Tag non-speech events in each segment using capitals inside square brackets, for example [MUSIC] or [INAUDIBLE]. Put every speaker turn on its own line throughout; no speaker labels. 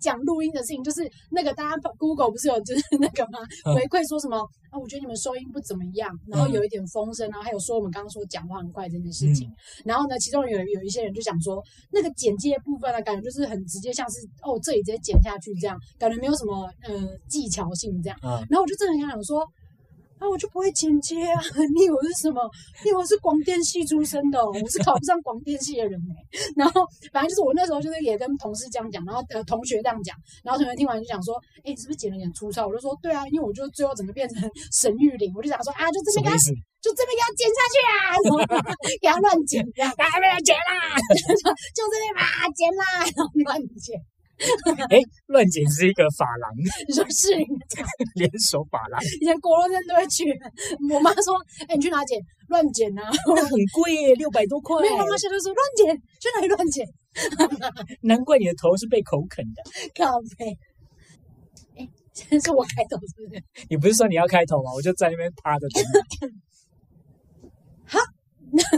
讲录音的事情，就是那个大家 Google 不是有就是那个吗？
嗯
回馈说什么啊？我觉得你们收音不怎么样，然后
嗯
有一点风声，然后还有说我们刚刚说讲话很快这件事情。然后呢，其中有有一些人就讲说，那个剪接部分呢，感觉就是很直接，像是哦这里直接剪下去这样，感觉没有什么呃技巧性这样。
嗯
然后我就真的很想讲说。啊，我就不会剪接啊！ [LAUGHS] 你以为我是什么？你以为我是广电系出身的、哦？我是考不上广电系的人哎、然后反正就是我那时候就是也跟同事这样讲，然后呃同学这样讲，然后同学听完就讲说，哎、你是不是剪的有点粗糙？我就说对啊，因为我就最后整个变成沈玉玲，我就想说啊，就这
什
边给
么
他
意思？
就这边给他剪下去啊，然后给他乱剪这样，
[LAUGHS] 啊，被他剪啦！
[LAUGHS] 就这边吧，剪啦，然后乱剪，
乱剪是一个发 [LAUGHS] 廊，
你说是你的
联手发廊，
以前国中生都会去。我妈说：“哎、你去哪剪？乱剪啊
[LAUGHS] 那很贵耶，六百多！”块
没有，我妈现在说乱剪，去哪里乱剪？
难怪你的头是被口啃的。
靠背。哎、现 [LAUGHS] 在是我开头是不是？
你不是说你要开头吗？我就在那边趴着等 [LAUGHS] 你。
[LAUGHS]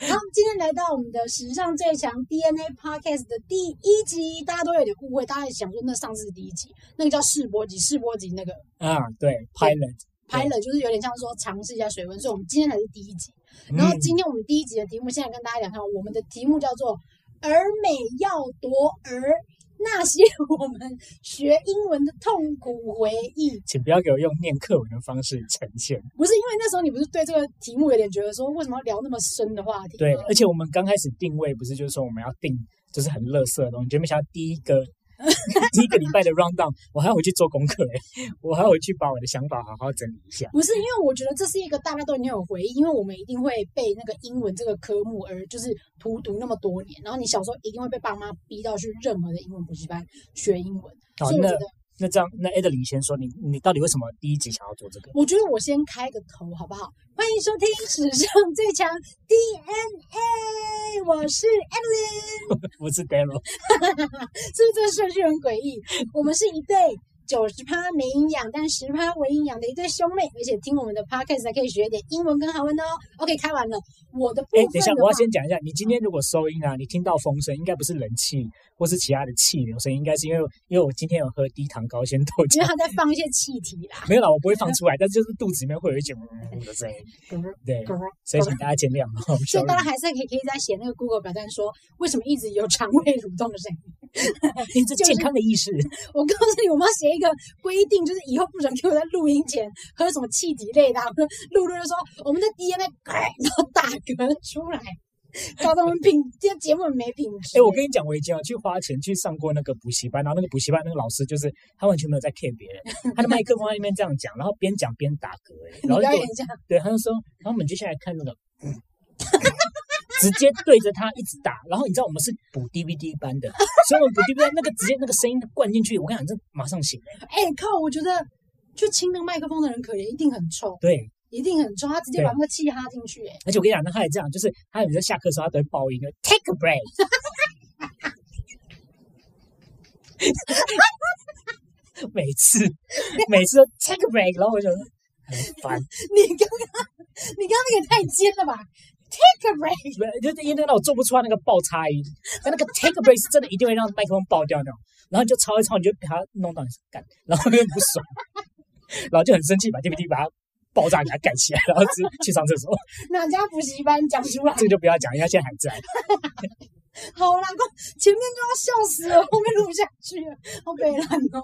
好，今天来到我们的史上最强 DNA Podcast 的第一集，大家都有点误会，大家也想说那上次是第一集，那个叫试播集，试播集那个
啊，对，pilot。
拍了，就是有点像说尝试一下水温，所以我们今天才是第一集。
嗯
然后今天我们第一集的题目，现在跟大家讲看，我们的题目叫做“儿美要夺儿”，那些 [LAUGHS] 我们学英文的痛苦回忆。
请不要给我用念课文的方式呈现。
不是因为那时候你不是对这个题目有点觉得说，为什么要聊那么深的话题？
对，而且我们刚开始定位不是就是说我们要定就是很垃圾的东西，就没想到第一 [LAUGHS] 个第一个礼拜的 round down，我还要回去做功课诶，我还要回去把我的想法好好整理一下。
不是因为我觉得这是一个大家都很有回忆，因为我们一定会被那个英文这个科目而就是荼毒那么多年，然后你小时候一定会被爸妈逼到去任何的英文补习班学英文，
好
所以，我
哦那
觉得
那这样，那 Ed 李先说你你到底为什么第一集想要做这个？
我觉得我先开个头好不好？欢迎收听史上最强 DNA，我是 Evelyn，
我是 Daryl，
是不是这个顺序很诡异？我们是一对九十趴没营养，但十趴为营养的一对兄妹，而且听我们的 podcast 还可以学一点英文跟韩文哦。OK，开完了，我的部分，
哎等一下，
的
我
话
要，先讲一下，你今天如果收音啊，你听到风声，应该不是冷气或是其他的气流声，应该是因为因为我今天有喝低糖高纤豆
[LAUGHS] 因为
浆，
他在放一些气体
[LAUGHS]
啦，
没有啦，我不会放出来，但是就是肚子里面会有一点嗡的声音，对，所以请大家见谅哦，我们
所以
稍
大家还
微
是可以可以在写那个 Google 表单说，为什么一直有肠胃蠕动的声音？
你哎这
就是
健康的意识，
[LAUGHS] 我告诉你，我们要写一个规定，就是以后不准给我在录音前喝什么气体类的啊。我们录录就说我们的 DNA 哎然后打嗝出来，搞得我们品这节目很没品
哎、
质。
我跟你讲，我以前有去花钱去上过那个补习班，然后那个补习班那个老师就是他完全没有在骗别人，他的麦克风在那边这样讲，然后边讲边打嗝、
[LAUGHS]
欸，
你
然后就
表
给
演
我
一下，
对他就说，然后我们接下来看那个，直接对着他一直打，然后你知道我们是补 DVD 班的，所以我们补 DVD 班那个直接那个声音灌进去，我跟你讲，这马上醒了、
哎、靠！我觉得去亲那个麦克风的人可怜，一定很臭，
对，
一定很臭，他直接
对
把那个气哈进去、哎，
而且我跟你讲，那他也这样，就是他有时候下课的时候他都会报一个 take a break。每次每次都 take a break，然后我就说很烦，
你刚刚你刚刚那个也太尖了吧？Take a break，
不是就是因为那个我做不出来那个爆差音，但那个 take a break 是真的一定会让麦克风爆掉那种，然后你就抄一抄，你就给它弄到你干，然后又不爽， [LAUGHS] 然后就很生气，把 DVD 把它爆炸给它盖起来，然后直接去上厕所。 [LAUGHS]
哪家补习班讲出来？
这个就不要讲，因为它现在还在。
好啦，光前面就要笑死了，后面录不下去了，好悲惨哦。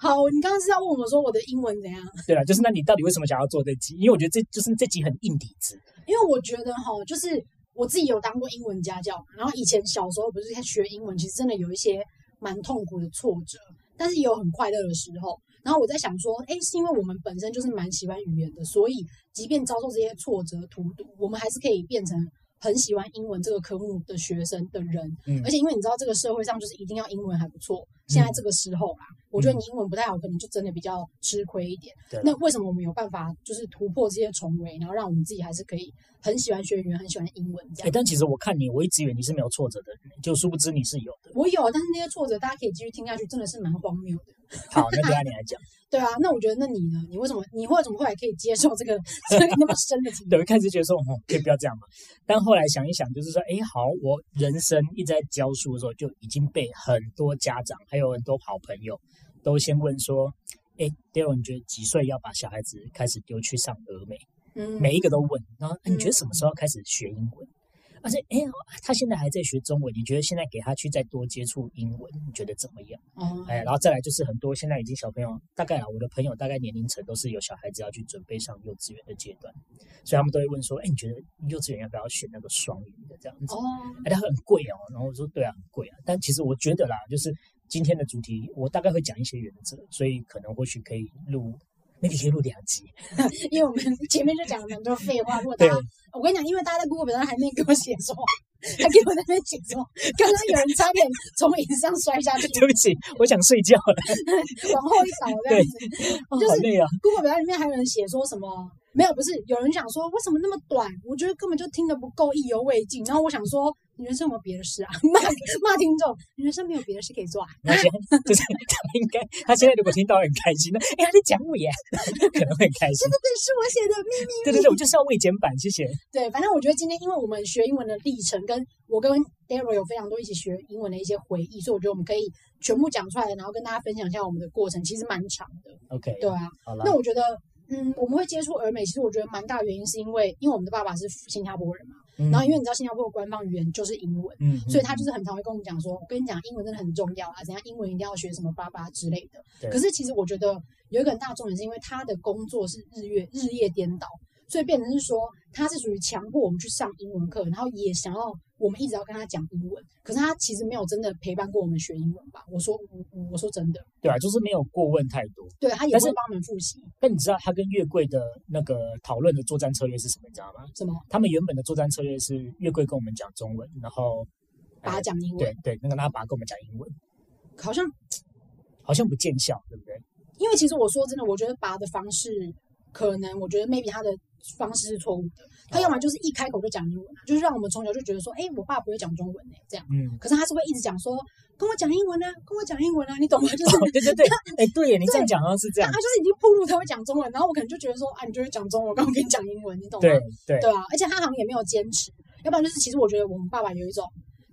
好，你刚刚是要问我说我的英文怎样？
对了，就是那你到底为什么想要做这集？因为我觉得这就是这集很硬底子。
因为我觉得哈，就是我自己有当过英文家教嘛，然后以前小时候不是在学英文，其实真的有一些蛮痛苦的挫折，但是也有很快乐的时候。然后我在想说，诶，是因为我们本身就是蛮喜欢语言的，所以即便遭受这些挫折荼毒，我们还是可以变成很喜欢英文这个科目的学生的人。
嗯嗯
而且因为你知道这个社会上就是一定要英文还不错现在这个时候啦，我觉得你英文不太好，可能就真的比较吃亏一点。
对
那为什么我们有办法就是突破这些重围，然后让我们自己还是可以很喜欢学语言，很喜欢英文这
哎、
样？
但其实我看你，我一直以为你是没有挫折的人，就殊不知你是有的。
我有，啊但是那些挫折大家可以继续听下去，真的是蛮荒谬的。
好，那对阿你来讲，
对啊，那我觉得那你呢？你为什么你为什么后来可以接受这个 [LAUGHS] 这个那么深的情感？
对，我一开始觉得说，哦，可以不要这样嘛。但后来想一想，就是说，哎，好，我人生一直在教书的时候，就已经被很多家长还有很多好朋友都先问说，哎，Daryl，你觉得几岁要把小孩子开始丢去上俄美？
嗯，
每一个都问，然后、哎你觉得
嗯
什么时候要开始学英文？而且，哎，他现在还在学中文，你觉得现在给他去再多接触英文，你觉得怎么样？
哦，
哎，然后再来就是很多现在已经小朋友，大概啊，我的朋友大概年龄层都是有小孩子要去准备上幼稚园的阶段，所以他们都会问说，哎，你觉得幼稚园要不要选那个双语的这样子？
哦，
哎，它很贵哦。然后我说，对啊，很贵啊。但其实我觉得啦，就是今天的主题，我大概会讲一些原则，所以可能或许可以录。那个可以录两集， [LAUGHS]
因为我们前面就讲了蛮多废话，如果大家
对，
我跟你讲，因为大家在 Google 表单还没给我写错，还给我在那边写错，刚刚有人差点从椅子上摔下去，
对不起，我想睡觉了，
往后一倒这样子。
哦
就是
好累啊。
Google 表单里面还有人写说什么？没有，不是有人想说为什么那么短？我觉得根本就听得不够意犹未尽。然后我想说，你人生有没有别的事啊？ [LAUGHS] 骂骂听众，你人生没有别的事可以做啊？ [LAUGHS]
那现在就是 [LAUGHS] 他应该，他现在如果听到很开心，那哎、他在讲我耶， [LAUGHS] 可能会很开心
这。本是我写的秘密。
对对对，我就是要未剪版，谢谢。
对，反正我觉得今天，因为我们学英文的历程，跟我跟 Daryl 有非常多一起学英文的一些回忆，所以我觉得我们可以全部讲出来，然后跟大家分享一下我们的过程，其实蛮长的。
OK，
对啊，
好啦
那，我觉得，嗯，我们会接触俄美，其实我觉得蛮大原因是因为，因为我们的爸爸是新加坡人嘛，
嗯
然后因为你知道新加坡的官方语言就是英文。
嗯，
所以他就是很常会跟我们讲说，我跟你讲，英文真的很重要啊，怎样英文一定要学什么爸爸之类的。
对
可是其实我觉得有一个很大的重点，是因为他的工作是日月日夜颠倒，所以变成是说他是属于强迫我们去上英文课，然后也想要我们一直要跟他讲英文，可是他其实没有真的陪伴过我们学英文吧？我说我我我说真的，
对啊，就是没有过问太多。
对他也
但
不
是
会帮我们复习
但你知道他跟月桂的那个讨论的作战策略是什么？你知道吗？
什么，
他们原本的作战策略是月桂跟我们讲中文，然后
把他讲英文
对，对，那个拉拔跟我们讲英文，
好像
好像不见效，对不对？
因为其实我说真的，我觉得拔的方式，可能我觉得 maybe 他的方式是错误的。他要么就是一开口就讲英文啊，就是让我们从小就觉得说，哎、我爸不会讲中文呢、这样。
嗯，
可是他是会一直讲说，跟我讲英文啊，跟我讲英文啊，你懂吗？就是
哦，对
[LAUGHS]
对对，哎，对耶，你这样讲好像是这
他
样，
就是已经暴露他会讲中文，然后我可能就觉得说，啊，你就会讲中文，我刚刚跟你讲英文，你懂吗？
对对
[LAUGHS] 对啊，而且他好像也没有坚持，要不然就是其实我觉得我们爸爸有一种，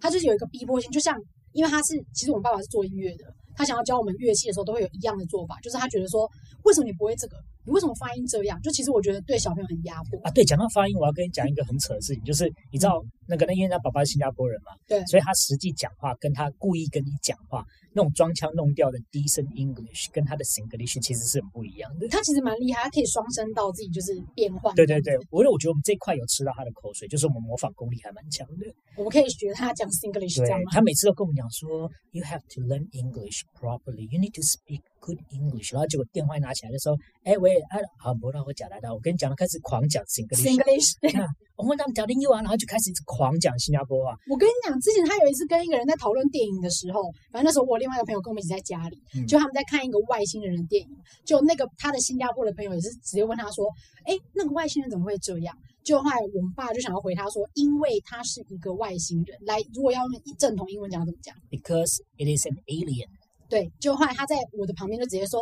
他就是有一个逼迫性，就像因为他是其实我们爸爸是做音乐的，他想要教我们乐器的时候都会有一样的做法，就是他觉得说为什么你不会这个，你为什么发音这样？就其实我觉得对小朋友很压迫，
啊，对，讲到发音，我要跟你讲一个很扯的事情，就是你知道那个，那因为他爸爸是新加坡人嘛，
对
所以他实际讲话跟他故意跟你讲话那种装腔弄调的低声 English 跟他的 Singlish 其实是很不一样的。
他其实蛮厉害，他可以双声道自己就是变换。
对对对，我我觉得我们这一块有吃到他的口水，就是我们模仿功力还蛮强的。
我们可以学他讲 Singlish 这样
对
吗？
他每次都跟我们讲说，You have to learn English properly, you need to speak good English。然后结果电话一拿起来就说，哎喂，哎啊，不让我讲来的，我跟你讲了，开始狂讲 Singlish。
Singlish，
我问他们讲英语啊，然后就开始一直狂讲新加坡话。
我跟你讲，之前他有一次跟一个人在讨论电影的时候，反正那时候我另外一个朋友跟我们一起在家里，
嗯
就他们在看一个外星人的电影，就那个他的新加坡的朋友也是直接问他说：“哎，那个外星人怎么会这样？”就后来我们爸就想要回他说：“因为他是一个外星人。”来，如果要用正统英文讲怎么讲？
Because it is an alien.
对，就后来他在我的旁边就直接说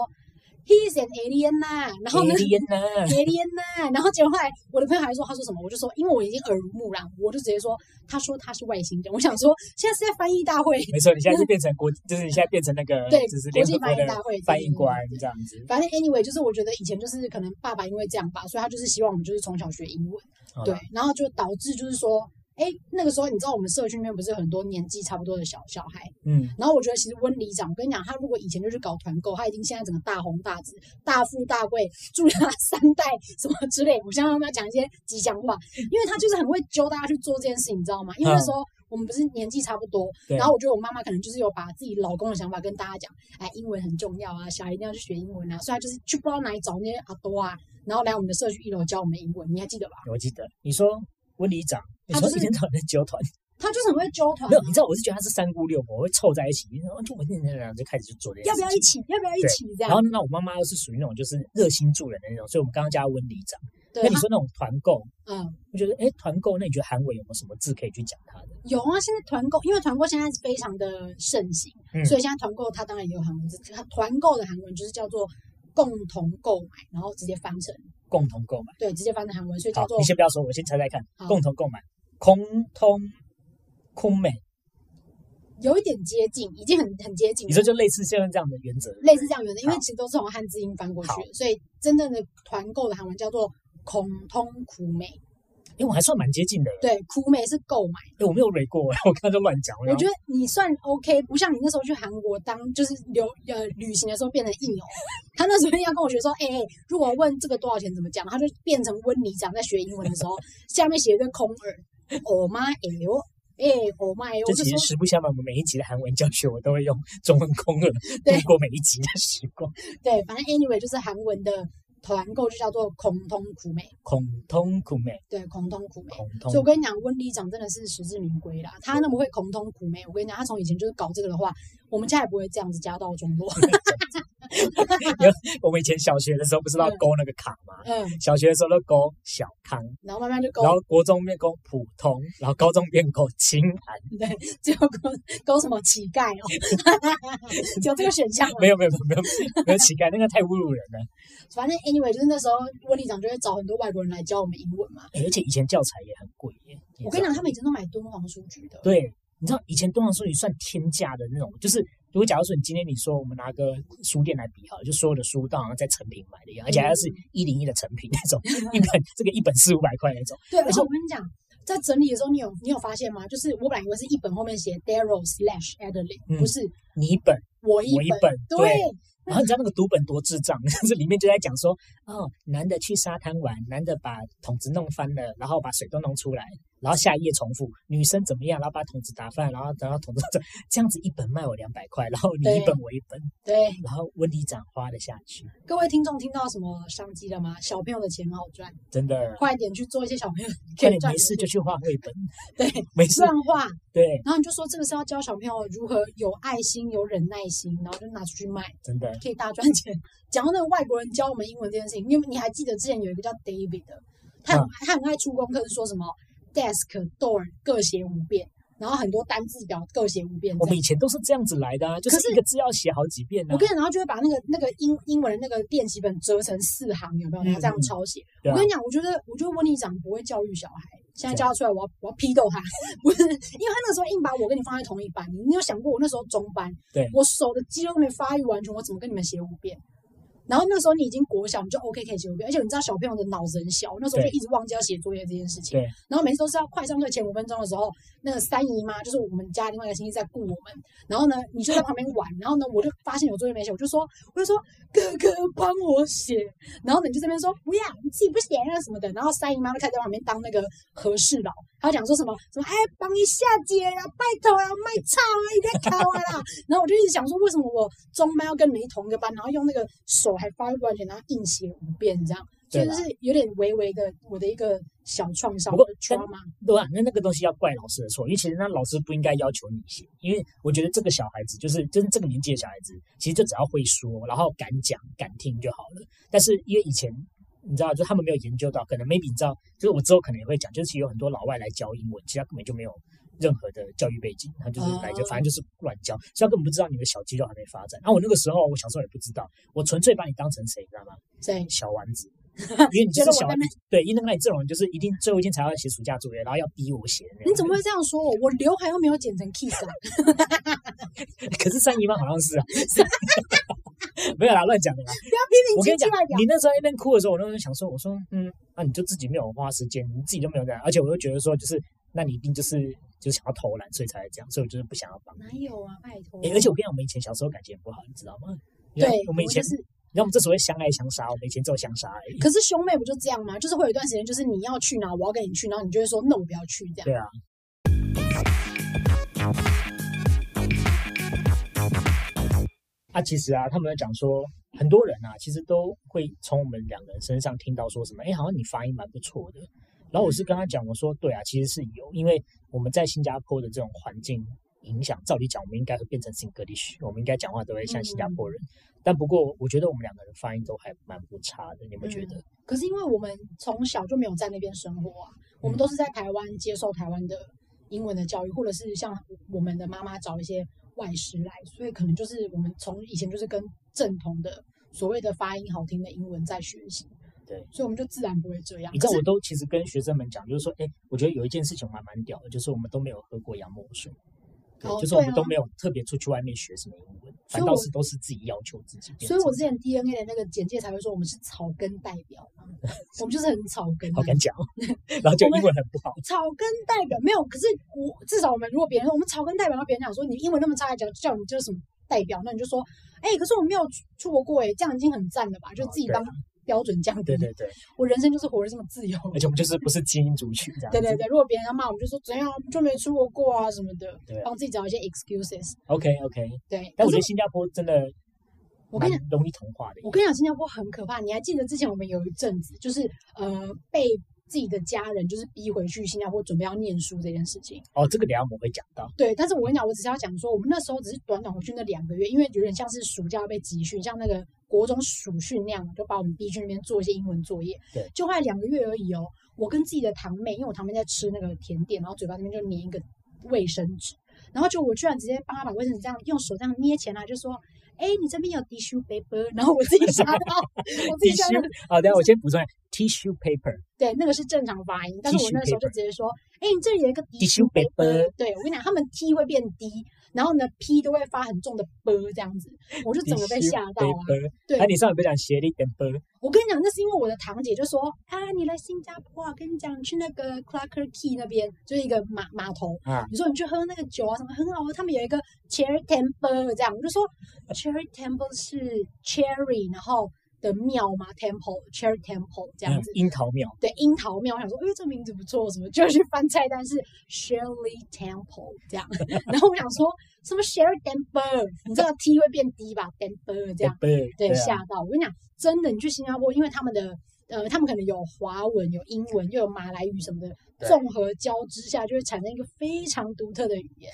：“He is an alien 呐、然后呢？ [LAUGHS]
Alien 呢？
别天呐！然后结果后来我的朋友还说，他说什么，我就说，因为我已经耳濡目染，我就直接说，他说他是外星人。我想说，现在是在翻译大会，
没错，你现在就变成国，就是你现在变成那个，
对
就是
国
联
际
合
翻
国
译大
的
会
翻译官
对对对
这样子。
反正 anyway，就是我觉得以前就是可能爸爸因为这样吧，所以他就是希望我们就是从小学英文，
好
对
啦，，
然后就导致就是说，哎，那个时候你知道我们社区里面不是很多年纪差不多的小小孩，
嗯，
然后我觉得其实温里长，我跟你讲，他如果以前就去搞团购，他已经现在整个大红大紫、大富大贵，祝他三代什么之类。我现在要不要讲一些吉祥话？因为他就是很会揪大家去做这件事情，你知道吗？因为那时候。我们不是年纪差不多，
嗯对
然后我觉得我妈妈可能就是有把自己老公的想法跟大家讲，哎，英文很重要啊，小孩一定要去学英文啊，所以她就是去不知道哪里找那些阿多啊，然后来我们的社区一楼教我们英文，你还记得吧？
我记得你说温里长，你
他
说
就是
一天到晚在纠团，
他就是很会揪团啊
没。有，你知道我是觉得他是三姑六婆会凑在一起，然后哦就我那那那就开始就做这
要
件
不
事情
要一起？要不要一
对
起？这
然后
样
那我妈妈又是属于那种就是热心助人的那种，所以我们刚刚叫她温里长。
对
那你
他
说那种团购，
嗯，
我觉得哎团购，那你觉得韩文有没有什么字可以去讲它的？
有啊。现在团购，因为团购现在是非常的盛行，
嗯
所以现在团购它当然也有韩文字。它团购的韩文就是叫做共同购买，然后直接翻成
共同购买。
对，直接翻成韩文，所以
好
叫做，
你先不要说，我先猜猜看
好。
共同购买，空通空美，
有一点接近，已经很很接近
你
了。
说就类似像这样的原则。
类似这样原的，因为
好
其实都是从汉字音翻过去
好
的，所以真正的团购的韩文叫做孔通苦美。
因为我还算蛮接近的耶，
对，苦美是购买。
哎，我没有蕊过， [LAUGHS] 我刚刚就乱讲。
我觉得你算 OK，不像你那时候去韩国当就是留呃旅行的时候变成硬偶。他那时候要跟我学说，哎、哎如果问这个多少钱怎么讲，他就变成温妮讲在学英文的时候，下面写一个空耳，哦妈哎哟，哎哦妈哎哟，
这
我就
其实
说
实不相瞒，我每一集的韩文教学，我都会用中文空耳度
对
过每一集的时光。
对，反正 anyway 就是韩文的团购就叫做孔通苦美，
孔通苦美，
对，孔通苦美。
孔
所以我
通
跟你讲，温里长真的是实至名归啦。他那么会恐同苦妹，我跟你讲，他从以前就是搞这个的话，我们家也不会这样子家道中落。
我们以前小学的时候不是都要勾那个卡吗？
嗯，
小学的时候都勾小康，
然后慢慢就勾
啊然，后国中变勾普通，然后高中变勾
[LAUGHS]
清寒。
对，最后勾勾什么乞丐哦， [LAUGHS] 有这个选项吗
没？有没有没有没有没有乞丐，那个太侮辱人了。
反正 anyway 就是那时候温里长就会找很多外国人来教我们英文嘛。
哎而且以前教材也很贵耶。
我跟你
知道
讲，他们以前都买敦煌书局的，
对，你知道以前东洋书也算天价的那种，就是如果假如说你今天你说我们拿个书店来比好了，就所有的书都好像在成品买的一样，而且还是
嗯
一零一的成品那种， [LAUGHS] 一本这个一本四五百块那种。
对，而且我跟你讲。在整理的时候，你有你有发现吗？就是我本来以为是一本后面写 Daryl slash Adeline，
嗯
不是
你一本，
我一
我
本
一，本，
对，
然后你知道那个读本多智障， [LAUGHS] 这里面就在讲说，哦，男的去沙滩玩，男的把桶子弄翻了，然后把水都弄出来，然后下一页重复，女生怎么样，然后把桶子打翻，然后然后桶子这样子一本卖我两百块，然后你一
对
本我一本，
对，
然后温里长花得下去，
各位听众听到什么商机了吗？小朋友的钱好赚，
真的，
快点去做一些小朋友可
快
以
点
赚
没
的
事
事
就去画绘本，
对
没事
乱画，
对，
然后你就说这个是要教小朋友如何有爱心、有忍耐心，然后就拿出去卖，
真的，
可以大赚钱。讲到那个外国人教我们英文这件事情，你有你还记得之前有一个叫 David 的，他很、他很爱出功课，是说什么 desk door 各写五遍，然后很多单字表各写五遍这
我们
样。
以前都是这样子来的啊，就
可
是
是
一个字要写好几遍啊呢、
我跟你讲，然后就会把那个那个英英文的那个练习本折成四行，有没有？然后这样
嗯嗯
抄写。
对
我
啊
跟，你讲，我觉得，我觉得温妮长不会教育小孩。现在
对
教他出来，我要我要批斗他， [LAUGHS] 不是，因为他那时候硬把我跟你放在同一班，你你有想过我那时候中班，
对
我手的肌肉都没发育完全，我怎么跟你们写五遍？然后那时候你已经国小，你就 OK 可以写五遍，而且你知道小朋友的脑子很小，我那时候就
对
一直忘记要写作业这件事情。
对
然后每次都是要快上课前五分钟的时候，那个三姨妈就是我们家另外一个亲戚在顾我们，然后呢，你就在旁边玩，然后呢，我就发现有作业没写，我就说，我就说哥哥帮我写，然后呢你就这边说不要，你自己不写啊什么的，然后三姨妈就开始在旁边当那个和事佬，她讲说什么什么哎帮一下姐啦，拜托啦，卖唱啊，一定要考啊啦， [LAUGHS] 然后我就一直想说为什么我中班要跟你们同一个班，然后用那个手还发育不完全，然后硬写五遍这样。所以
对
就
啦
是有点微微的我的一个小创伤，我
不过
的 trauma。
对啊，那那个东西要怪老师的错，因为其实那老师不应该要求你写，因为我觉得这个小孩子就是就是这个年纪的小孩子，其实就只要会说，然后敢讲敢听就好了。但是因为以前你知道，就他们没有研究到，可能 maybe 你知道，就是我之后可能也会讲，就是其实有很多老外来教英文，其实他根本就没有任何的教育背景，他就是来就
哦
反正就是乱教，所以他根本不知道你的小肌肉还没发展。然、啊后我那个时候，我小时候也不知道，我纯粹把你当成谁，你知道吗？
对，
小丸
[LAUGHS]
子，因为你就是
觉得我在
小丸
那
子，对，因为那个你这种人就是一定最后一天才要写暑假作业，然后要逼我写的那种。
你怎么会这样说我？我刘海又没有剪成 kiss 啊！
[LAUGHS] 可是三姨妈好像是啊， [LAUGHS] 没有啦，乱讲的啦。
不要批评
我跟
亲戚
你讲
来，讲
你。那时候在那边哭的时候，我那时候想说，我说，嗯，啊，你就自己没有花时间，你自己都没有这样，而且我又觉得说，就是那你一定就是就是想要偷懒，所以才这样，所以我就是不想要帮。
哪有啊，拜托！
诶而且我跟你讲，我们以前小时候感情也不好，你知道吗？
对，
我们以前
就，是，
你知道我们这所谓相爱相杀，我们以前只有相杀而已。
可是兄妹不就这样吗？就是会有一段时间，就是你要去哪，我要跟你去，然后你就会说那我不要去这样。
对啊。啊，其实啊，他们在讲说，很多人啊，其实都会从我们两个人身上听到说什么，哎，好像你发音蛮不错的，然后我是跟他讲，我说对啊，其实是有，因为我们在新加坡的这种环境影响，照理讲我们应该会变成 Singlish，我们应该讲话都会像新加坡人。但不过我觉得我们两个人发音都还蛮不差的，你有没有觉得？
可是因为我们从小就没有在那边生活啊，我们
嗯
都是在台湾接受台湾的英文的教育，或者是像我们的妈妈找一些外师来，所以可能就是我们从以前就是跟正统的所谓的发音好听的英文在学习，
对，
所以我们就自然不会这样。
你
可
知道
是
我都其实跟学生们讲，就是说，哎、我觉得有一件事情我还蛮屌的，就是我们都没有喝过洋墨水，对，
哦
就是我
对
们
啊
都没有特别出去外面学什么英文，
所
反
以
倒
我
是都是自己要求自己变
所
成。
以我之前 DNA 的那个简介才会说我们是草根代表
[LAUGHS]
嘛，我们就是很草根、啊
好。敢讲哦， [LAUGHS] 然后就
我们
英文很不好，
草根代表没有，可是我至少我们如果别人说我们草根代表，然后别人讲说你英文那么差，还讲叫你就是什么代表，那你就说，哎、可是我没有出出国过，哎，这样已经很赞了吧？就
哦
自己
对
当标准降低。
对对对，
我人生就是活得这么自由。
而且我们就是不是精英族群这样子。
对对对，如果别人要骂我们，就说怎样就没出国过啊什么的
对啊，
帮自己找一些 excuses。
OK OK，
对，
但
可
我
是
觉得新加坡真的
我跟
蛮
你
容易同化的。
我跟你讲，新加坡很可怕。你还记得之前我们有一阵子，就是呃被自己的家人就是逼回去新加坡准备要念书这件事情。
哦，这个等一下我们会讲到。
对，但是我跟你讲，我只是要讲说，我们那时候只是短短回去那两个月，因为有点像是暑假被集训，像那个国中暑训那样，就把我们逼去那边做一些英文作业。
对，
就后来两个月而已哦。我跟自己的堂妹，因为我堂妹在吃那个甜点，然后嘴巴那边就粘一个卫生纸，然后就我居然直接帮她把卫生纸这样用手这样捏起来，就说：“哎，你这边有 tissue paper？” 然后我自己吓到，我自己吓到
Tissue，好，等一下我先补充一下，tissue paper，
对，那个是正常发音，但是我
Tissue
那时候就
paper
直接说，哎、你这里有一个
Tissue paper
对我跟你讲，他们 t 会变 d，然后呢 p 都会发很重的 b 这样子，我就整个被
tissue
吓到啊。
paper
对
那、，你上次不是讲斜力跟 b
我跟你讲，那是因为我的堂姐就说啊，你来新加坡啊，跟你讲，去那个 Clarker Key 那边，就是一个码码头，
啊？
你说你去喝那个酒啊什么很好喝，他们有一个 Cherry Temple 这样，我就说
[LAUGHS]
Cherry Temple 是 Cherry，然后的庙嘛，Temple Cherry Temple 这样
嗯
子，
樱桃庙。
对樱桃庙，我想说，哎，这名字不错，什么就去翻菜单是 Shirley Temple 这样，然后我想说什么 Shirley Temple，你知道 T 会变低吧？Temple 这样，
对
对，
啊
吓到我跟你讲，真的，你去新加坡，因为他们的呃，他们可能有华文、有英文，又有马来语什么的，
对
综合交织下，就会产生一个非常独特的语言。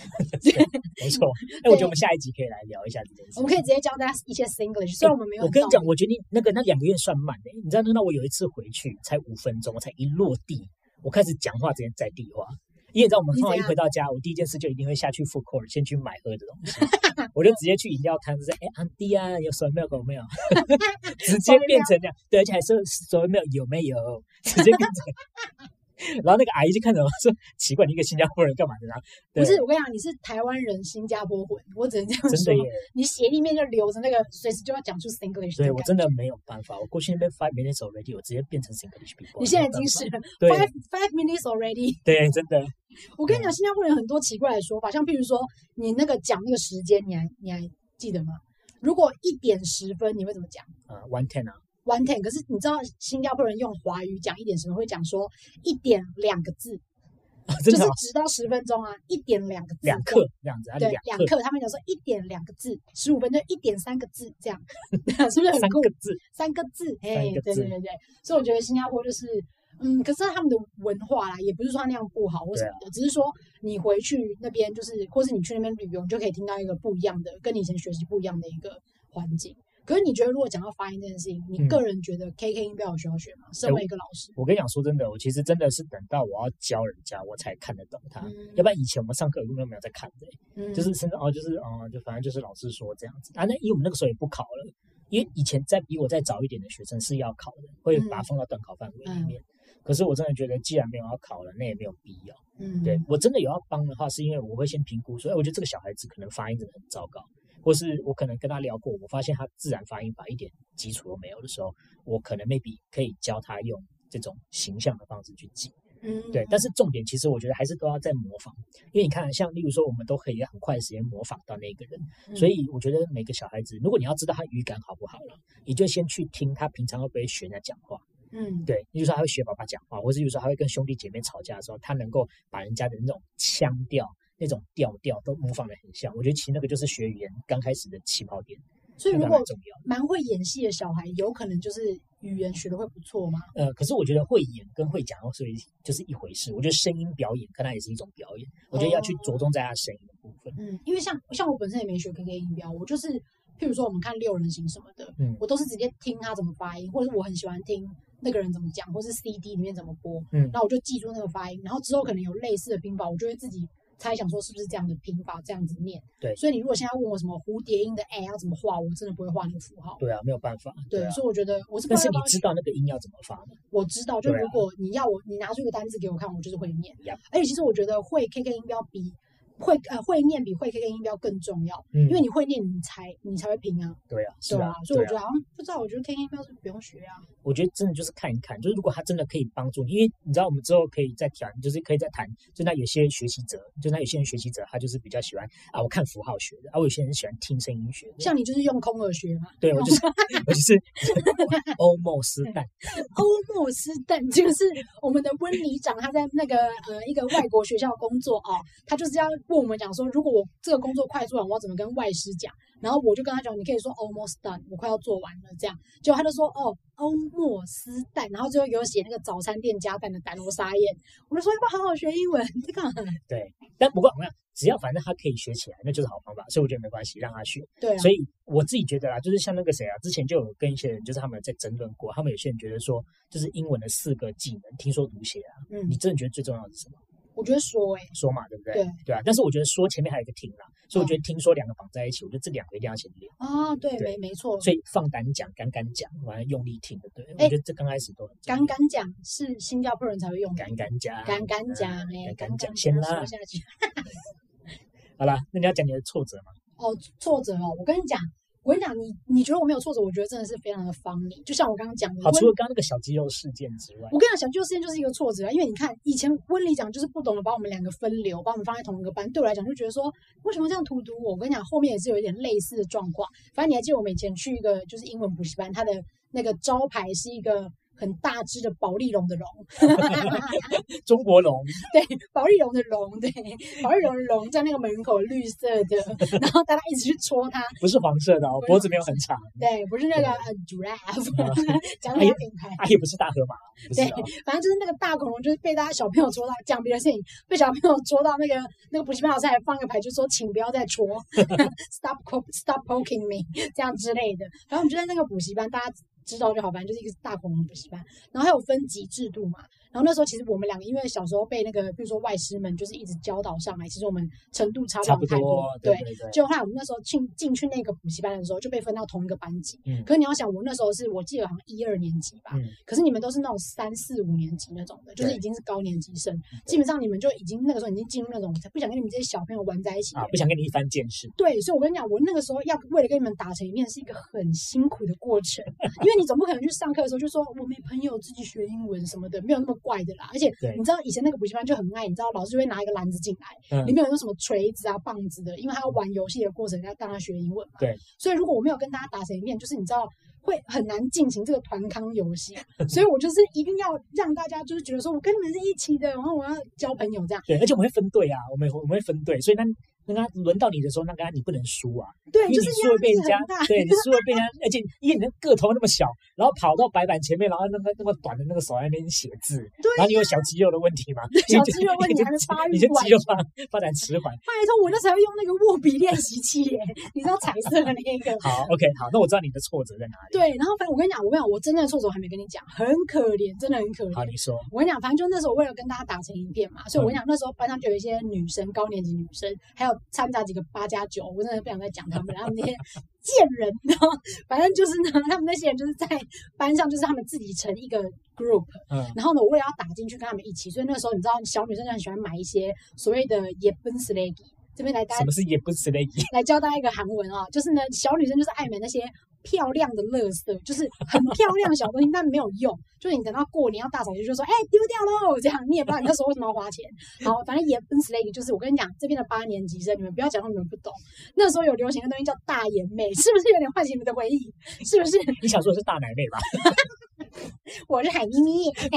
没错。哎，我觉得我们下一集可以来聊一下这件事。
我们可以直接教大家一些 Singlish，虽然我们没有
哎我
很
跟
到
你
位，
讲，我决定那个那两个月算慢的、你知道，那我有一次回去才五分钟，我才一落地，我开始讲话直接在地化。因为你知道，我们
你
通常
怎
一
样
回到家，我第一件事就一定会下去 food court 先去买喝的东西，我就直接去饮料摊，就是哎，安迪啊，有手没有狗没有， [LAUGHS] 直接变成这样，对，而且还说手没有有没有，直接变成。 [LAUGHS] 然后那个阿姨就看着我说：“奇怪，你一个新加坡人干嘛的？”然后
不
对，
是我跟你讲，你是台湾人，新加坡混，我只能这样说。
真的耶，
你血里面就流着那个，随时就要讲出 Singlish 的
对
感
我
觉。
真的没有办法，我过去那边 five minutes already，我直接变成 Singlish people。
你现在已
没
经
有
是
办法对
five five minutes already。
对，真的，
我跟你讲，新加坡人有很多奇怪的说法，像譬如说，你那个讲那个时间，你还你还记得吗？如果一点十分，你会怎么讲
啊，one ten 啊，
？one ten。可是你知道新加坡人用华语讲一点十分会讲说一点两个字，
啊
就
真
是
的啊
直到十分钟啊，一点两个字。
两
这样
克这样子，啊，
对，
两
两
克
克，他们讲说一点两个字，十五分钟一点三个字，这
[LAUGHS]
样 [LAUGHS] 是不是很
三
酷？啊
个字，
三个字，哎、
三个
对
字
对对对，所以我觉得新加坡就是，嗯，可是他们的文化啦，也不是说那样不好或什么
啊
的，只是说你回去那边就是，或是你去那边旅游，你就可以听到一个不一样的，跟你以前学习不一样的一个环境。可是你觉得，如果讲到发音这件事情，你
嗯
个人觉得 KK 音标有需要学吗？身
哎
为一个老师，
我跟你讲，说真的，我其实真的是等到我要教人家，我才看得懂它。
嗯
要不然以前我们上课根本没有在看的、
嗯，
就是甚至哦，就是哦、就反正就是老师说这样子啊。那因为我们那个时候也不考了，因为以前在比我再早一点的学生是要考的，会把它
嗯
放到段考范围里
嗯
面。可是我真的觉得，既然没有要考了，那也没有必要。
嗯，
对我真的有要帮的话，是因为我会先评估说，哎，我觉得这个小孩子可能发音真的很糟糕，或是我可能跟他聊过，我发现他自然发音法一点基础都没有的时候，我可能 maybe 可以教他用这种形象的方式去记。
嗯，
对，但是重点其实我觉得还是都要在模仿，因为你看，像例如说，我们都可以很快的时间模仿到那个人，
嗯
所以我觉得每个小孩子，如果你要知道他语感好不好了，你就先去听他平常会不会学人家讲话。
嗯，
对，例如说他会学爸爸讲话，或者有时候他会跟兄弟姐妹吵架的时候，他能够把人家的那种腔调、那种调调都模仿的很像。我觉得其实那个就是学语言刚开始的起跑点，
所以
那
如
个
果
蛮重要的。
蛮会演戏的小孩，有可能就是语言学的会不错吗？
呃，可是我觉得会演跟会讲，所以就是一回事。我觉得声音表演跟它也是一种表演，我觉得要去着重在它声音的部分。
嗯，因为像像我本身也没学 KK 音标，我就是譬如说我们看六人行什么的，
嗯
我都是直接听他怎么发音，或者是我很喜欢听那个人怎么讲，或是 CD 里面怎么播，
嗯
那我就记住那个发音，然后之后可能有类似的拼法，我就会自己猜想说是不是这样的拼法，这样子念。
对
所以你如果现在问我什么蝴蝶音的 a 要怎么画，我真的不会画那个符号。
对啊，没有办法。
对，
啊，
所以我觉得我是不知道
但是
要
你
不要
知道那个音要怎么发吗？
我知道，就
对啊
如果你要我，你拿出一个单词给我看，我就是会念。
Yep
而且其实我觉得会 KK 音标比会呃会念比会 KK 音标更重要，
嗯
因为你会念，你才你才会拼啊，
对啊，是
对
啊
啊。，所以我觉
对
得好
啊，
像不知道，我觉得 KK 音标是不用学啊。
我觉得真的就是看一看，就是如果它真的可以帮助你，因为你知道我们之后可以再谈，就是可以再谈，就那有些学习者，就那有些人学习者，他就是比较喜欢啊，我看符号学的，啊，我有些人喜欢听声音学的。
像你就是用空耳学嘛，
对我就是
[LAUGHS]
我就是 [LAUGHS] 欧莫斯蛋，
欧莫斯蛋就是我们的温里长，他在那个呃一个外国学校工作啊、他就是要问我们讲说，如果我这个工作快做完，我要怎么跟外师讲？然后我就跟他讲，你可以说 almost done，我快要做完了这样。结果他就说哦，欧莫斯蛋，然后最后给我写那个早餐店加蛋的蛋，我傻眼。我就说要不要好好学英文？ [LAUGHS] 这个
对，但不过我想，只要反正他可以学起来，那就是好方法，所以我觉得没关系，让他学。
对啊，
所以我自己觉得啦，就是像那个谁啊，之前就有跟一些人，就是他们在争论过，他们有些人觉得说，就是英文的四个技能，听说读写啊，
嗯
你，真的觉得最重要的是什么？
我觉得说哎、
说嘛，对不对？
对
啊。但是我觉得说前面还有一个听啦，所以
嗯
我觉得听说两个绑在一起，我觉得这两个一定要先练。
啊，对，
对
没没错，
所以放胆讲，敢敢讲，完了用力听的，对。
哎
我觉得这刚开始都很重要
敢敢讲是新加坡人才会用的，
敢敢讲，
敢敢讲
嗯
哎，
敢敢讲先啦
说。下去。
好啦，那你要讲你的挫折嘛？
哦，挫折哦，我跟你讲，我跟你讲，你你觉得我没有挫折，我觉得真的是非常的方你。就像我刚刚讲的，
好，
温
除了刚刚那个小肌肉事件之外，
我跟你讲，小旧事件就是一个挫折啊，因为你看以前温理讲就是不懂得把我们两个分流，把我们放在同一个班，对我来讲就觉得说为什么这样荼毒我？我跟你讲，后面也是有一点类似的状况。反正你还记得我们以前去一个就是英文补习班，它的那个招牌是一个很大只的保利龙
[LAUGHS]
的龙，
中国龙，
对，保利龙的龙，对，保利龙的龙在那个门口绿色的， [LAUGHS] 然后大家一直去戳它，
不是黄色
[LAUGHS]
的哦，
不是
脖子没有很长，
对，不是那个呃 giraffe，讲 [LAUGHS] 什么品牌？
啊，也不是大河马，不是
对
哦，
反正就是那个大恐龙，就是被大家小朋友捉到，讲别的事情，被小朋友捉到那个那个补习班老师还放一个牌，就说请不要再戳 [LAUGHS] ，stop co- stop poking me [LAUGHS] 这样之类的。然后我们就在那个补习班，大家知道就好，反正就是一个大恐龙补习班。然后还有分级制度嘛。然后那时候其实我们两个因为小时候被那个比如说外师们就是一直教导上来，其实我们程度差
差
不
不
太
多，
对
对，对对，
就后来我们那时候进进去那个补习班的时候，就被分到同一个班级。
嗯
可是你要想，我那时候是我记得好像一二年级吧，
嗯
可是你们都是那种三四五年级那种的，就是
对
已经是高年级生，
对
基本上你们就已经那个时候已经进入那种不想跟你们这些小朋友玩在一起的
啊，不想跟你一番见识，
对，所以我跟你讲，我那个时候要为了跟你们打成一片，是一个很辛苦的过程， [LAUGHS] 因为你总不可能去上课的时候就说我没朋友自己学英文什么的，没有那么怪的啦。而且
对
你知道以前那个补习班就很爱，你知道老师就会拿一个篮子进来，
嗯
里面有那种什么锤子啊、棒子的，因为他要玩游戏的过程要让他学英文嘛。
对，
所以如果我没有跟大家打成一片，就是你知道。会很难进行这个团康游
[LAUGHS]
戏，所以我就是一定要让大家就是觉得说我跟你们是一起的，然后我要交朋友这样。
对，而且我们会分队啊，我们我们会分队，所以那那个啊轮到你的时候，那个你不能输啊，
对，
因为
就
你
是
输
压
了被
力
人
很
家
大。，
对你输了被人家，而且因为你的个头那么小，然后跑到白板前面，然后那个那么短的那个手在那边写字，然后你有小肌肉的问题嘛，
小肌肉问题
你就
还能发育
你就
晚
肌肉发发展迟缓。
拜托，我那时候用那个握笔练习器耶， [LAUGHS] 你知道彩色的那个。
好，OK，好，那我知道你的挫折在哪里。
对，然后反正我跟你讲，我跟你讲，我真正的挫折我还没跟你讲，很可怜，真的很可
好，
怜。
你说，
我跟你讲，反正就那时候为了跟大家打成一片嘛，所以我跟你讲，那时候班上就有一些女生，高年级女生，还有掺杂几个八加九，我真的不想再讲他们，然后那些贱人，然后反正就是呢，他们那些人就是在班上，就是他们自己成一个 group，
嗯，
然后呢，我为了要打进去跟他们一起，所以那时候你知道，小女生就很喜欢买一些所谓的也奔 s l a g 这边来大家
什么是也不是 l a g
来教大家一个韩文啊、就是呢，小女生就是爱买那些漂亮的乐色，就是很漂亮的小东西，但没有用。就是你等到过年要大扫除，就说哎丢掉喽，这样你也不知道你那时候为什么要花钱。好，反正也分 slag，就是我跟你讲，这边的八年级生，你们不要讲说你们不懂，那时候有流行的东西叫大眼妹，是不是有点唤起你们的回忆？是不是？
你想说的是大奶妹吧？
我是海咪咪，嘿，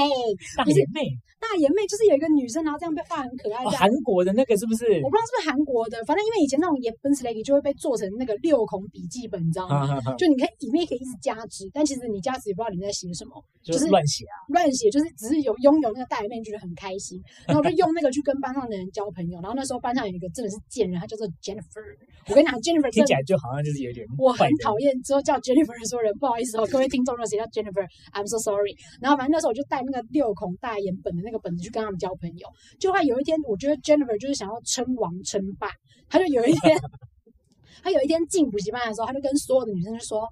大
不是
眼妹
大眼妹就是有一个女生，然后这样被画很可爱
哦，
这样。
韩国的那个是不是？
我不知道是不是韩国的，反正因为以前那种岩本 s l a 就会被做成那个六孔笔记本，你知道吗？
啊啊啊！
就你可以里面可以一直加值，但其实你加值也不知道你在写什么，
就
就是
是乱写啊，
乱写就是只是有拥有那个大眼妹，觉得很开心，然后我就用那个去跟班上的人交朋友。然后那时候班上有一个真的是贱人，她叫做 Jennifer。我跟你讲，Jennifer
听
真
起
的
来就好像就是有点
我很
坏人
讨厌，之后叫 Jennifer 的所有人，不好意思哦，各位听众，如果谁叫 Jennifer，I'm so sorry。然后反正那时候我就带那个六孔大眼本的那个本子去跟他们交朋友。就后来有一天，我觉得 Jennifer 就是想要称王称霸，他就有一天， [LAUGHS] 他有一天进补习班的时候，他就跟所有的女生就说：“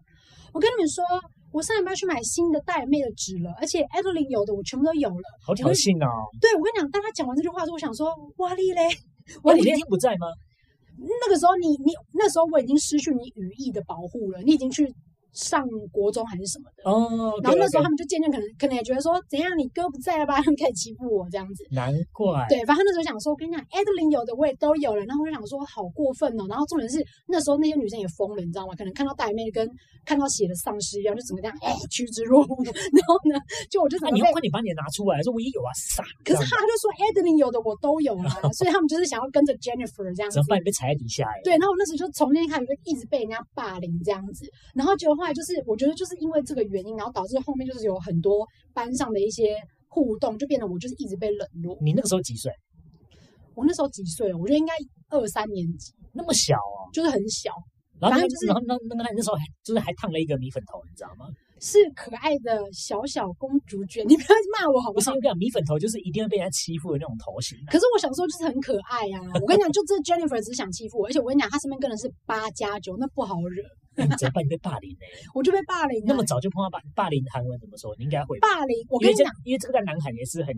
我跟你们说，我上礼拜去买新的大眼妹的纸了，而且 Adeline 有的我全部都有了。
好挑衅哦！
对我跟你讲，当他讲完这句话之后，我想说，哇哩嘞，
我
哇
李
哩嘞
天。不在吗？
那个时候你你那时候我已经失去你语义的保护了，你已经去上国中还是什么的。
哦，
然后那时候
OK，OK
他们就渐渐可能可能也觉得说，怎样你哥不在了吧，他们开始欺负我这样子。
难怪
对，反正他那时候想说，我跟你讲，Adeline 有的我也都有了，然后我就想说，好过分哦。然后重点是那时候那些女生也疯了，你知道吗？可能看到大眼妹跟看到血的丧尸一样，就整个这样哎趋之若鹜。 [LAUGHS] 然后呢，就我就怎么
那啊你
被
要快点把你的拿出来，说我也有啊，傻。
可是
这样
他就说 Adeline 有的我都有啦，所以他们就是想要跟着 Jennifer 这样子
怎么。办？你被踩在底下哎。
对，然后我那时候就从那天开始就一直被人家霸凌这样子，然后结果后来就是我觉得就是因为这个原因，然后导致后面就是有很多班上的一些互动，就变得我就是一直被冷落。
你那个时候几岁？
我那时候几岁？哦我觉得应该二三年级，
那么小哦。
就是很小，
然
反
后那
正就是
然后那那那那时候还就是还烫了一个米粉头，你知道吗？
是可爱的小小公主卷。你不要骂我好不
不是
好
我？跟你讲，米粉头就是一定会被人家欺负的那种头型啊。 [LAUGHS]
可是我小时候就是很可爱啊！我跟你讲，就这 Jennifer 只是想欺负我，而且我跟你讲，她身边跟的是八加九，那不好惹，
那你怎么办？你被霸
[LAUGHS]
凌哎。
我就被霸凌、啊。
那么早就碰到霸霸凌韩文怎么说？你应该会吧。
霸凌，我
因
跟
为
你
这
讲，
因为这个在南韩也是很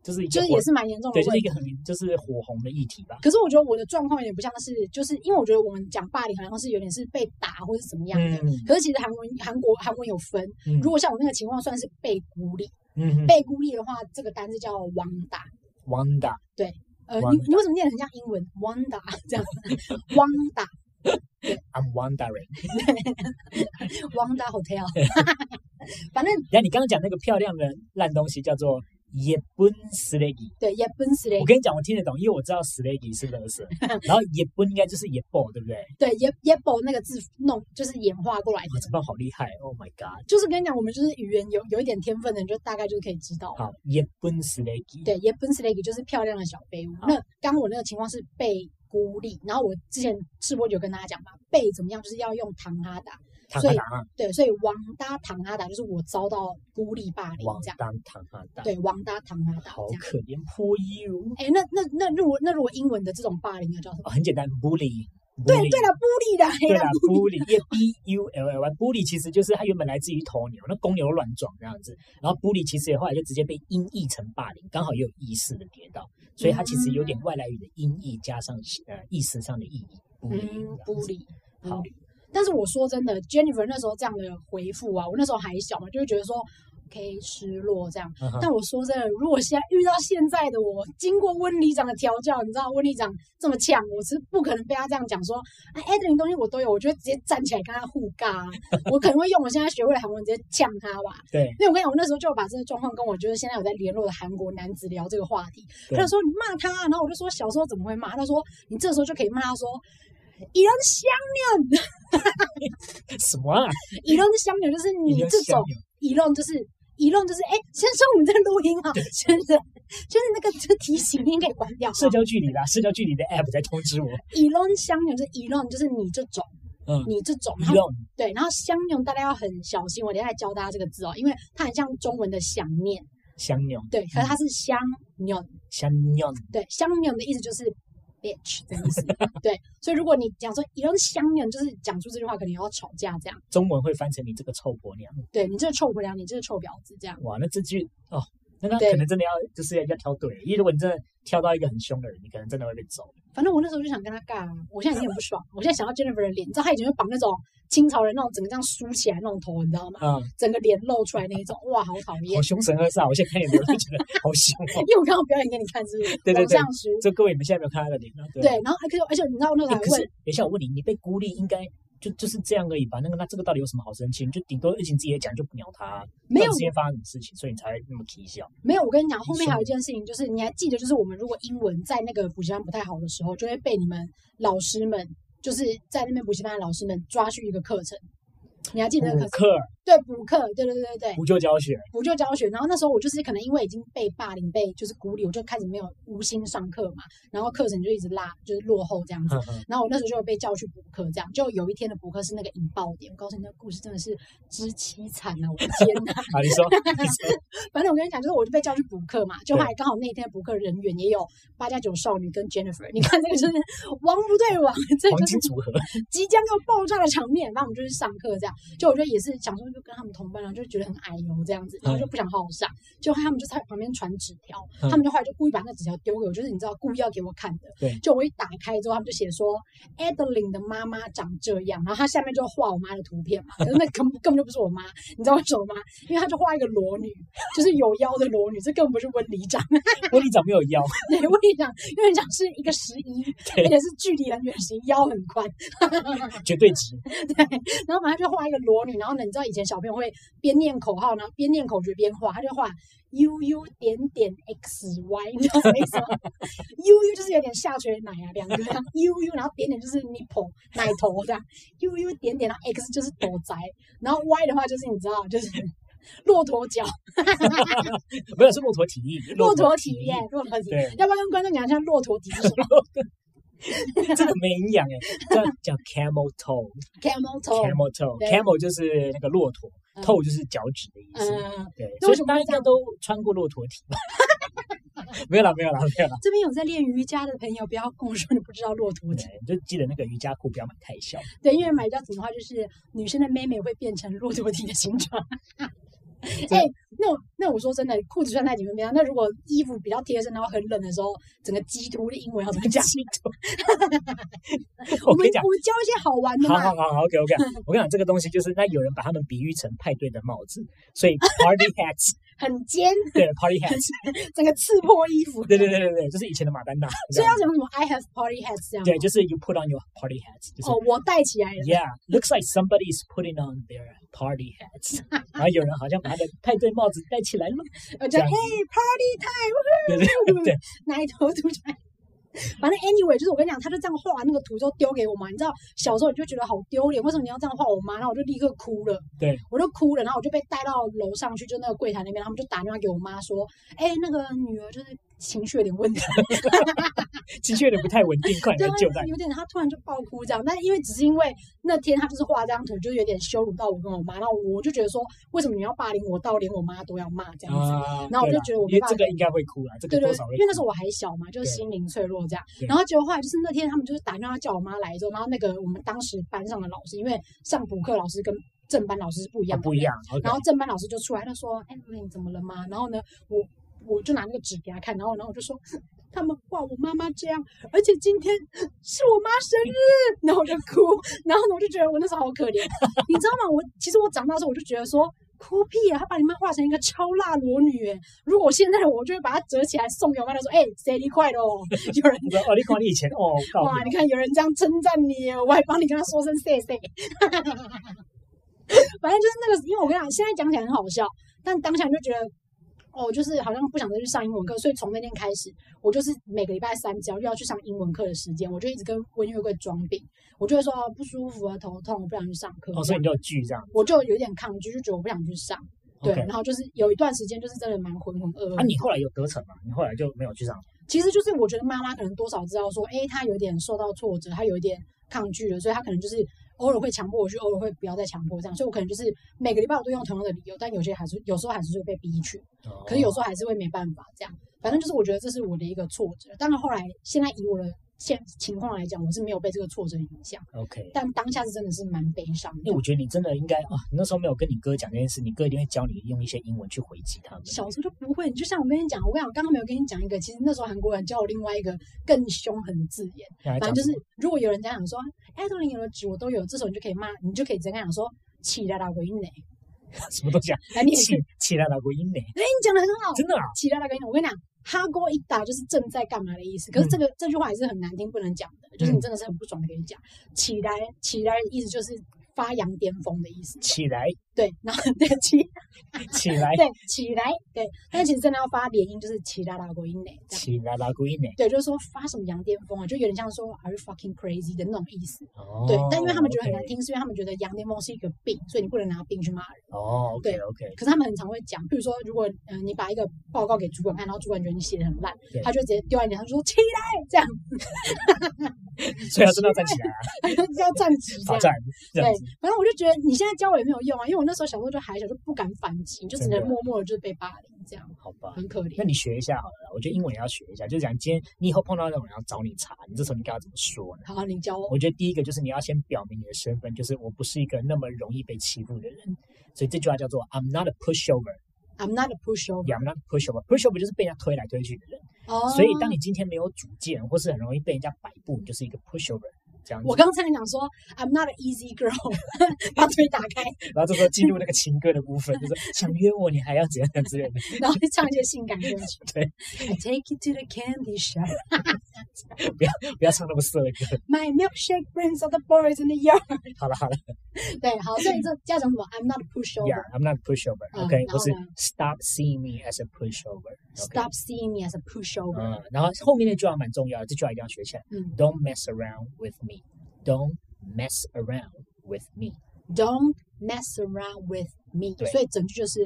就是一个
就是
火
也是蛮严重的
对，就是
问
一
题
个。很就是火红的议题吧。
可是我觉得我的状况有点不像是，就是因为我觉得我们讲霸凌好像是有点是被打或是怎么样的。
嗯
可是其实韩文韩国韩文有分，
嗯
如果像我那个情况算是被孤立，
嗯嗯
被孤立的话，这个单字叫 wanda。
，Wanda
呃，你
Wanda
你为什么念得很像英文 wanda [LAUGHS] 这样？wanda
I'm wondering。
wanda hotel，反正
然后你刚刚讲那个漂亮的烂东西叫做 Yebun s l e g i
对也奔死嘞
我，跟你讲，我听得懂，因为我知道 s l e g i 是垃
[LAUGHS]
圾，然后 Yebun 应该就是 Yebo，对不对？
对也也 o 那个字弄就是演化过来
我
的。
怎么好厉害？Oh my god！
就是跟你讲，我们就是语言有有一点天分的人，就大概就是可以知道。
好，Yebun s l e g i
对，也 b u n s l e g 就是漂亮的小废物。
好
那刚我那个情况是被孤立，然后我之前吃播有跟大家讲嘛，被怎么样就是要用唐哈达，
唐
所
哈
以
达，
对，所以王搭唐哈达就是我遭到孤立霸凌
王
这样，
丹唐哈达，
对，王搭唐哈达
好
这样。
可怜，Poor you。
哎，那那那如果那如果英文的这种霸凌要叫什
哦
么？
很简单，bully。
对对了，孤立的，黑
对
了
啦
[LAUGHS] 孤立。
，bully，因为 b u l l y bully 其实就是它原本来自于头牛，那公牛乱撞这样子，然后 bully 其实后来就直接被音译成霸凌，刚好也有意识的跌倒，所以它其实有点外来语的音译加上呃意识上的意义
嗯，孤
，bully，
立。
好
孤立但是我说真的，Jennifer 那时候这样的回复啊，我那时候还小嘛，就会觉得说，OK，失落这样。
这样子嗯哼
但我说真的，如果现在遇到现在的我，经过温里长的调教，你知道温里长这么呛，我是不可能被他这样讲说，啊 a d e 东西我都有，我就会直接站起来跟他互尬、啊， [LAUGHS] 我可能会用我现在学会的韩文直接呛他吧。
[LAUGHS] 对，
因为我跟你讲，我那时候就有把这个状况跟我就是现在有在联络的韩国男子聊这个话题，
对
他就说你骂他啊，然后我就说小时候怎么会骂？他说你这时候就可以骂他说。이런쌍
什么啊？
이런쌍녀就是你
一个
这
小
种
牛
一弄就是一弄就是，哎、先生，我们在录音啊，先生，就是那个就提醒音给关掉啊。
社交距离啦，社交距离的 app 在通知我，
一弄相拥就是一弄，就是你这种，
嗯
你这种，
一
然后
弄
对，然后相拥大家要很小心，我等一下来教大家这个字哦，因为它很像中文的想念，
香牛
对，可是它是相拥，
香牛，
对，相拥的意思就是 bitch 的意思，对，所以如果你讲说一弄相拥，就是讲出这句话，可能要吵架这样，
中文会翻成你这个臭婆娘，
对你这个臭婆娘，你这个臭婊子这样。
哇，那这句哦。那他
对
可能真的要就是要要挑对了，因为如果你真的挑到一个很凶的人，你可能真的会被揍。
反正我那时候就想跟他干
[LAUGHS]
啊，我现在已经很不爽，我现在想要 Jennifer 的脸，你知道他以前会绑那种清朝人那种整个这样梳起来那种头，你知道吗？
嗯，
整个脸露出来那一种，哇，好讨厌
好！凶神恶煞，我现在看你们就觉得好凶哦。 [LAUGHS]
[LAUGHS] 因为我刚刚表演给你看，是不是？
对对对
偶像书
这各位你们现在没有看他的脸啊？对
对
啊。，
然后而且而且你知道我那时候还
欸可
问，
是等一下，我问你，你被孤立应该就就是这样而已吧。那个那这个到底有什么好生气？你就顶多疫情自己也讲，就不鸟他。啊
没有
之间发生什么事情，所以你才会那么啼笑。
没有，我跟你讲，后
你
面
说
还有一件事情，就是你还记得，就是我们如果英文在那个补习班不太好的时候，就会被你们老师们，就是在那边补习班的老师们抓去一个课程。你还记得那个
补
课程？
课
对，补课，对对对对，
补救教学，
补救教学。然后那时候我就是可能因为已经被霸凌、被就是孤立，我就开始没有无心上课嘛，然后课程就一直落，就是落后这样子。
呵 [LAUGHS] 呵
然后我那时候就有被叫去补课，这样就有一天的补课是那个引爆点。我告诉你，那个故事真的是之凄惨啊！我的天哪！ [LAUGHS]
好，你说，你说，
反正我跟你讲，就是我就被叫去补课嘛，就后来刚好那一天的补课人员也有八加九少女跟 Jennifer，你看这个就是 [LAUGHS] 王不对王，这个
黄
就
金
是
组合， [LAUGHS]
即将要爆炸的场面，然后我们就去上课这样，就我觉得也是想说就跟他们同班，然啊后就觉得很矮油这样子，然后就不想好好上，就他们就在旁边传纸条，
嗯
他们就后来就故意把那纸条丢给我，就是你知道故意要给我看的，
对
就我一打开之后，他们就写说 Adeline 的妈妈长这样，然后他下面就画我妈的图片嘛，可是那根本根本就不是我妈，你知道为什么吗？因为他就画一个裸女，就是有腰的裸女，这根本不是温里 [LAUGHS] 长，
温里长没有腰， [LAUGHS]
对，温里长温里长是一个十一，
对
而且是距离很远，十一腰很宽。
绝对级，
然后马上就画一个裸女，然后呢，你知道以前小朋友会边念口号，然后边念口诀边画，他就画 U U 点点 X Y，你知道什么意思吗？U U 就是有点下垂的奶啊，两个 U U，然后点点就是 nipple 奶头这样，U U 点点，然后 X 就是狗宅，然后 Y 的话就是你知道就是骆驼脚，
没有是骆驼体力，
[LAUGHS] 骆驼体
力
耶，骆驼体
对，
要不要跟观众讲一下骆驼体是什么
真的没
[LAUGHS]
营养哎，叫叫 camel toe，camel
？Camel [LAUGHS] toe，对
toe，camel 就是那个骆驼
嗯
toe 就是脚趾的意思。
嗯。
对，
那为
所以
什么
大
会
家应
这
该
样
都穿过骆驼体 [LAUGHS] 吧？没有啦，没有啦，没有啦。
这边有在练瑜伽的朋友，不要跟我说你不知道骆驼体。
对，就记得那个瑜伽裤不要买太
[LAUGHS]
小。
对，因为买比较紧的话，就是女生的妹妹会变成骆驼体的形
[LAUGHS]
状。
真
哎、那我那我说真的，裤子穿太紧会变样。那如果衣服比较贴身，然后很冷的时候，整个鸡突的英文要怎么
[LAUGHS]
讲？
我
们
跟你讲
我，们教一些好玩的
[LAUGHS] 好
嘛。
好好好，OK
[LAUGHS]
OK，我跟你讲，这个东西就是那有人把他们比喻成派对的帽子，所
[LAUGHS]
以 party hats，
很尖，
对 party
[LAUGHS]
hats，
整个刺破衣服。
对对对对对，就是以前的马丹娜。
[LAUGHS] 所以要讲什么？I have party hats 这样吗。
对，就是 you put on your party hats，就是
哦，我戴起来了。
Yeah, looks like somebody is putting on their party
[LAUGHS]
hats 。然后有人好像把他的派对帽子戴起来了。
我
这
就哎
样子
，party time，
对对对对，
奶头凸出来。反正 anyway，就是我跟你讲，他就这样画完那个图之后丢给我嘛。你知道小时候你就觉得好丢脸，为什么你要这样画我妈？然后我就立刻哭了，
对，
我就哭了，然后我就被带到楼上去，就那个柜台那边，他们就打电话给我妈说，哎、那个女儿就是情绪有点问题，
情绪有点不太稳定，快
对
点
啊，
救他。
有点她突然就爆哭这样。但因为只是因为那天她就是画这张图，就是有点羞辱到我跟我妈，然后我就觉得说，为什么你要霸凌我到连我妈都要骂这样子？
啊，
然后我就
对啦
觉得我没
因为
办
这
法
个应该会哭啊啦，这个
对对，
多少会
因为那时候我还小嘛，就是
对
心灵脆弱这样。
对
然后结果后来就是那天他们就是打电话叫我妈来之后，然后那个我们当时班上的老师，因为上补课老师跟正班老师是不一
啊
样的，
不一。样。OK
然后正班老师就出来，他说：“哎，你怎么了吗？”然后呢，我我就拿那个纸给他看，然后然后我就说：“他们画我妈妈这样，而且今天是我妈生日。”然后我就哭，然后呢，我就觉得我那时候好可怜，你知道吗？我其实我长大之后，我就觉得说。哭屁啊！他把你妈画成一个超辣裸女哎！如果我现在我就会把它折起来送给我妈，她说：“哎、生日快乐哦！”有人
你说哦，你看你以前哦，告
哇，你
你
看有人这样称赞你耶，我还帮你跟他说声谢 [LAUGHS] 谢。反正就是那个，因为我跟你讲，现在讲起来很好笑，但当下你就觉得，哦，就是好像不想再去上英文课，所以从那天开始，我就是每个礼拜三只要又要去上英文课的时间，我就一直跟温月桂装病，我就会说、哦、不舒服啊、头痛，我不想去上课。
哦，所以你就有剧这样。
我就有点抗拒，就觉得我不想去上。对
OK，
然后就是有一段时间，就是真的蛮呃浑浑噩噩。
啊，你后来有得逞吗？你后来就没有去上？
其实就是我觉得妈妈可能多少知道说，诶，她有点受到挫折，她有一点抗拒了，所以她可能就是偶尔会强迫我去，偶尔会不要再强迫这样。所以我可能就是每个礼拜我都用同样的理由，但有些还是有时候还是会被逼去，
哦
可是有时候还是会没办法这样。反正就是我觉得这是我的一个挫折。当然后来现在以我的现情况来讲，我是没有被这个挫折影响，
候 OK，
但当下是真的是蛮悲伤
因为
的。
我觉得你真的应该啊，你那时候没有跟你哥讲这件事，你哥一定会教你用一些英文去回击他们。
小时候就不会，就像我跟你讲，我跟你讲，刚刚没有跟你讲一个，其实那时候韩国人教我另外一个更凶狠的字眼。
反
反正就是，如果有人家讲说，哎，都你有的纸我都有，这时候你就可以骂，你就可以直接跟他讲说，起来啦，鬼呢？
什么东西啊？
哎，你也可
起
以，
起来了，我英呢？
哎，你讲的很好，
真的啊？
起来啦，鬼呢？我跟你讲，哈锅一打就是正在干嘛的意思。可是这个、这句话也是很难听，不能讲的，就是你真的是很不爽的可以讲。起来，起来的意思就是发扬巅峰的意思。
起来，
对，然后对起
起来，
对起来对，但其实真的要发连音就是起来拉过音呢，这样
起来，拉古一年。
对，就是说发什么扬巅峰啊，就有点像说 Are you fucking crazy 的那种意思。
哦
对，但因为他们觉得很难
OK
听，是因为他们觉得羊癫疯是一个病，所以你不能拿病去骂人。
哦，OK
对
OK，
可是他们很常会讲，比如说，如果嗯、呃你把一个报告给主管看，然后主管觉得你写的很烂
对，
他就直接丢在你脸上说起来，这样
所以他真的要站起来
[LAUGHS]
啊，
要站起这
罚
样。
站这样
啊对
子。，
反正我就觉得你现在教我也没有用啊，因为我那时候小时候就还小，就不敢反击，就只
真的
能默默的就是被霸凌，这样
好吧，
很可
那
怜。
你学一下好了啦。我觉得英文也要学一下，就是讲今天你以后碰到那种人要找你茬，你这时候你该要怎么说呢？
好，你教我
我觉得第一个就是你要先表明你的身份，就是我不是一个那么容易被欺负的人。所以这句话叫做 I'm not a pushover，
，I'm not a pushover。
yeah, I'm not a pushover。pushover 就是被人家推来推去的人。
哦，
所以当你今天没有主见，或是很容易被人家摆布，你就是一个 pushover。这样子
我，刚才讲说 I'm not an easy girl，把 [LAUGHS] 腿打开，
然后这时候进入那个情歌的部分，就是想约我，你还要怎样之类的。
然后就唱一些性感歌曲。
[LAUGHS] 对
，I take you to the candy shop。
不要唱那么色的歌。
My milkshake brings all the boys in the yard 。
好了好了
[LAUGHS] 对，好，所以这要讲什么？I'm not a pushover.
，Yeah，I'm not a pushover，
嗯
OK，
然后
不是
呢
Stop seeing me as a pushover。
Stop seeing me as a pushover.
嗯，然后后面那句话蛮重要的，这句话一定要学起来。
嗯
Don't mess around with me. Don't mess around with me.
，Don't mess around with me.
对
所以整句就是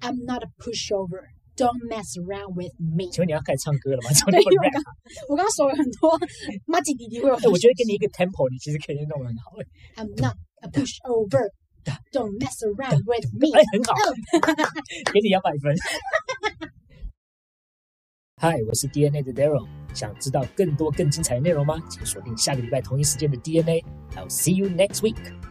I'm not a pushover. Don't mess around with [LAUGHS] me.
请问你要开始唱歌了吗？唱
对 [LAUGHS]
那么
因为
rap，
我刚刚说了很多 [LAUGHS] 妈吉弟弟会有
哎
[LAUGHS]
我觉得给你一个 tempo，你其实可以弄得很好。哎
I'm not [LAUGHS] a pushover. Don't mess [LAUGHS] around with me.
哎，很好，给你两百分。嗨，我是 DNA 的 Daryl。想知道更多更精彩的内容吗？请锁定下个礼拜同一时间的 DNA。I'll see you next week.